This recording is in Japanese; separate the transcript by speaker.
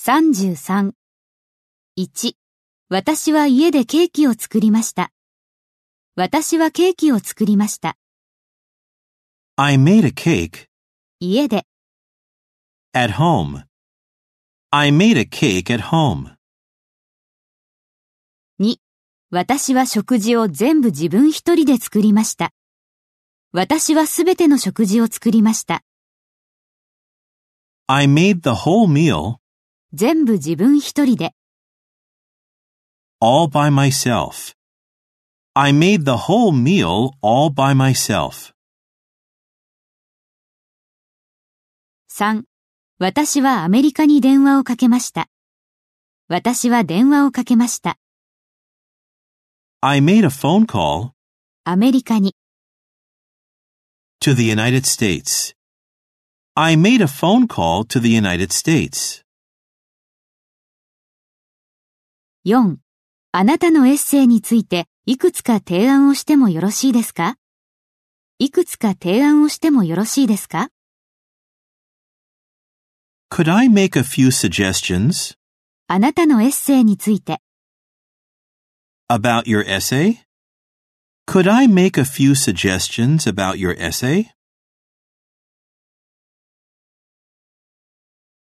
Speaker 1: 33。1. 私は家でケーキを作りました。私はケーキを作りました。
Speaker 2: I made a cake
Speaker 1: 家で。
Speaker 2: at home. I made a cake at home.
Speaker 1: 2. 私は食事を全部自分一人で作りました。私はすべての食事を作りました。
Speaker 2: I made the whole meal
Speaker 1: 全部自分一人で。
Speaker 2: all by myself. I made the whole meal all by myself.
Speaker 1: 3. 私はアメリカに電話をかけました。私は電話をかけました。
Speaker 2: I made a phone call
Speaker 1: アメリカに。
Speaker 2: to the United States. I made a phone call to the United States.
Speaker 1: 4. あなたのエッセイについていくつか提案をしてもよろしいですかいくつか提案をしてもよろしいですか
Speaker 2: Could I make a few suggestions
Speaker 1: あなたのエッセイについて
Speaker 2: about your essay? Could I make a few suggestions about your essay?